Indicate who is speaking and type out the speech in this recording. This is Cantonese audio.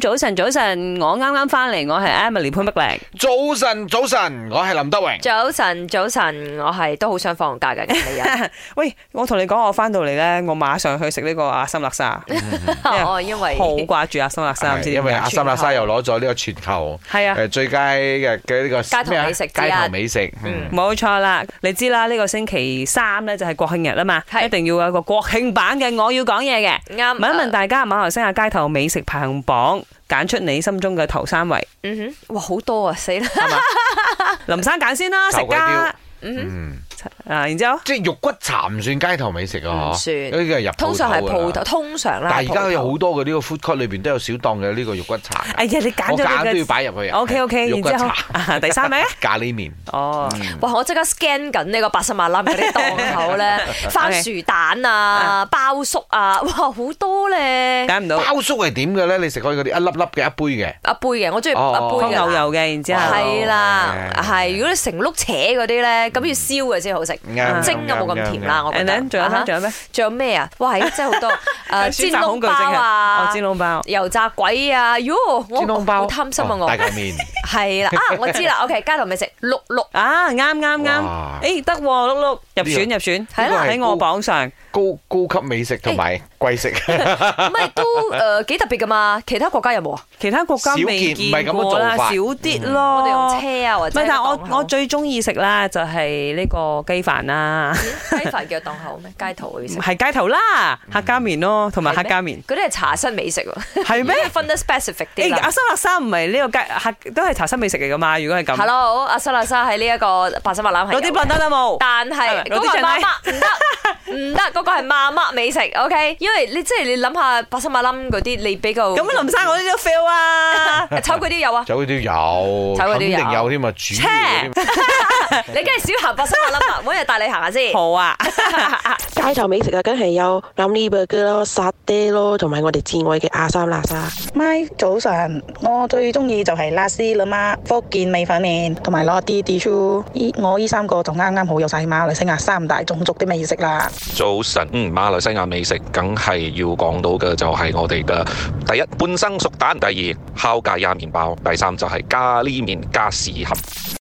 Speaker 1: 早晨，早晨，我啱啱翻嚟，我係 Emily 潘碧玲。
Speaker 2: 早晨，早晨，我係林德榮。
Speaker 3: 早晨，早晨，我係都好想放假嘅啊李欣，
Speaker 4: 喂，我同你講，我翻到嚟咧，我馬上去食呢個阿森辣沙，
Speaker 3: 哦，因為
Speaker 4: 好掛住阿森辣沙，唔知
Speaker 2: 因
Speaker 4: 點
Speaker 2: 為
Speaker 4: 解
Speaker 2: 阿森納沙又攞咗呢個全球
Speaker 4: 係啊。
Speaker 2: 誒最佳嘅嘅呢個
Speaker 3: 街頭
Speaker 2: 咩啊
Speaker 3: 美食之一
Speaker 2: 街頭美食。嗯
Speaker 4: 冇錯啦，你知啦，呢、個星期三咧就係國慶日啦嘛，
Speaker 3: 係
Speaker 4: 一定要有一個國慶版嘅我要講嘢嘅。
Speaker 1: 嗯
Speaker 3: 啱。
Speaker 4: 問一問
Speaker 3: 呃
Speaker 4: 大家馬來西亞街頭美食排行榜，揀出你心中嘅頭三位。
Speaker 3: 嗯哼，哇，好多啊，死啦！
Speaker 4: 林生揀先啦，食
Speaker 2: 頭鬼
Speaker 4: 家
Speaker 2: 雕
Speaker 4: 啊，
Speaker 2: 嗯，
Speaker 4: 然之後
Speaker 2: 即係肉骨茶唔算街頭美食啊，
Speaker 3: 唔
Speaker 2: 嗬
Speaker 3: 算
Speaker 2: 呢個係入鋪
Speaker 3: 通常係鋪
Speaker 2: 頭㗎
Speaker 3: 頭，
Speaker 2: 啦。
Speaker 3: 通常啦。
Speaker 2: 但係而家有
Speaker 3: 鋪
Speaker 2: 好多嘅呢個 food court 裏邊都有小檔嘅呢個肉骨茶㗎。
Speaker 4: 哎呀，你
Speaker 2: 我
Speaker 4: 揀咗
Speaker 2: 揀都
Speaker 4: 你
Speaker 2: 要
Speaker 4: 嘅
Speaker 2: 擺入去啊。
Speaker 4: ，OK OK，
Speaker 2: 肉
Speaker 4: 然
Speaker 2: 骨
Speaker 4: 之後
Speaker 2: 茶、嗯
Speaker 4: 啊第三 名，
Speaker 2: 咖喱麵。
Speaker 4: 哦，
Speaker 3: 頭哇！我即刻 scan 緊呢個八十萬粒嗰啲檔口咧，番薯蛋啊、包粟啊，哇，好多咧！
Speaker 4: 揀唔到，
Speaker 2: 包叔係點嘅咧？你食開嗰啲一粒粒嘅一杯嘅。
Speaker 3: 阿杯嘅，我中意
Speaker 2: 哦
Speaker 3: 阿
Speaker 2: 哦
Speaker 4: 放
Speaker 3: 杯
Speaker 4: 牛
Speaker 3: 嘅。
Speaker 4: 油嘅，然之後。
Speaker 3: 係啦，
Speaker 2: 哦
Speaker 3: 係。如果你成碌扯嗰啲咧，咁要燒嘅先好食，
Speaker 2: 啱
Speaker 3: 蒸嘅冇咁甜啦。我覺
Speaker 4: And
Speaker 3: 得。
Speaker 4: then 仲有
Speaker 3: 啊哈
Speaker 4: 咧，仲有咩？
Speaker 3: 仲有咩啊？哇，係真係好多誒
Speaker 4: 書
Speaker 3: 煎
Speaker 4: 法
Speaker 3: 窿
Speaker 4: 恐懼
Speaker 3: 包
Speaker 4: 症係
Speaker 3: 啊
Speaker 4: 哦，，煎窿包。
Speaker 3: 油炸鬼啊！喲，我
Speaker 2: 煎窿包
Speaker 3: 好貪心啊！
Speaker 2: 哦
Speaker 3: 我
Speaker 2: 大嚿面，
Speaker 3: 係啦， 啊，我知啦。OK，街頭美食碌碌
Speaker 4: 啊，啱啱
Speaker 2: 哇
Speaker 4: 啱，诶得喎，碌碌入
Speaker 2: 呢
Speaker 4: 選
Speaker 2: 個
Speaker 4: 入選，
Speaker 2: 係啦
Speaker 4: 喺我榜上，
Speaker 2: 高高級美食同
Speaker 3: 哎
Speaker 2: 埋貴食，
Speaker 3: 唔係都誒幾特別噶嘛？其他國家 有冇啊？
Speaker 4: 其他國家
Speaker 2: 少見
Speaker 4: 未
Speaker 2: 唔係咁
Speaker 4: 見
Speaker 2: 嘅做
Speaker 4: 過啦，
Speaker 2: 法
Speaker 4: 少啲
Speaker 3: 我哋用
Speaker 4: 咯。
Speaker 3: 車啊，或
Speaker 4: 哦唔
Speaker 3: 者
Speaker 4: 係，但係
Speaker 3: 檔
Speaker 4: 我
Speaker 3: 口
Speaker 4: 我最中意食啦，就係呢個雞飯啦，
Speaker 3: 雞飯叫檔口咩？街頭美食
Speaker 4: 係街頭啦，客家麵咯，同埋
Speaker 3: 係咩
Speaker 4: 客家麵
Speaker 3: 嗰啲係茶室美食喎，
Speaker 4: 係咩？
Speaker 3: 分得 specific 啲
Speaker 4: 誒，阿
Speaker 3: 啦。
Speaker 4: 三辣三唔係呢個街客都係茶室美食嚟噶嘛？如果係咁，
Speaker 3: Hello，阿沙拉沙喺呢一個白沙麥欖係有
Speaker 4: 攞
Speaker 3: 嘅
Speaker 4: 啲笨得啦冇。
Speaker 3: 但係嗰個係媽媽唔 得，唔得，嗰個係媽媽美食，OK？因為你即係你諗下白沙馬冧嗰啲，你比較
Speaker 4: 咁林生我呢啲都 fail 啊！
Speaker 3: 抽嗰啲有啊，
Speaker 2: 走嗰啲有，
Speaker 3: 走嗰
Speaker 2: 肯
Speaker 3: 啲有
Speaker 2: 定有添啊，主要嗰啲。
Speaker 3: 你梗係少行白沙馬冧啦，每日帶你行下先。
Speaker 4: 好 啊，
Speaker 5: 街頭美食啊，梗係有 Ramly Burger 咯、沙爹咯，同埋我哋至愛嘅阿三辣沙。
Speaker 6: 咪早晨，我最中意就係拉絲啦嘛，福建米粉面同埋攞啲 d i s 依我依三個就啱啱好有晒馬來西亞三大種族的美食啦。
Speaker 7: 早晨，嗯，馬來西亞美食梗係要講到嘅就係我哋嘅第一半生熟蛋，第二烤咖椰麵包，第三就係咖喱麵加豉合。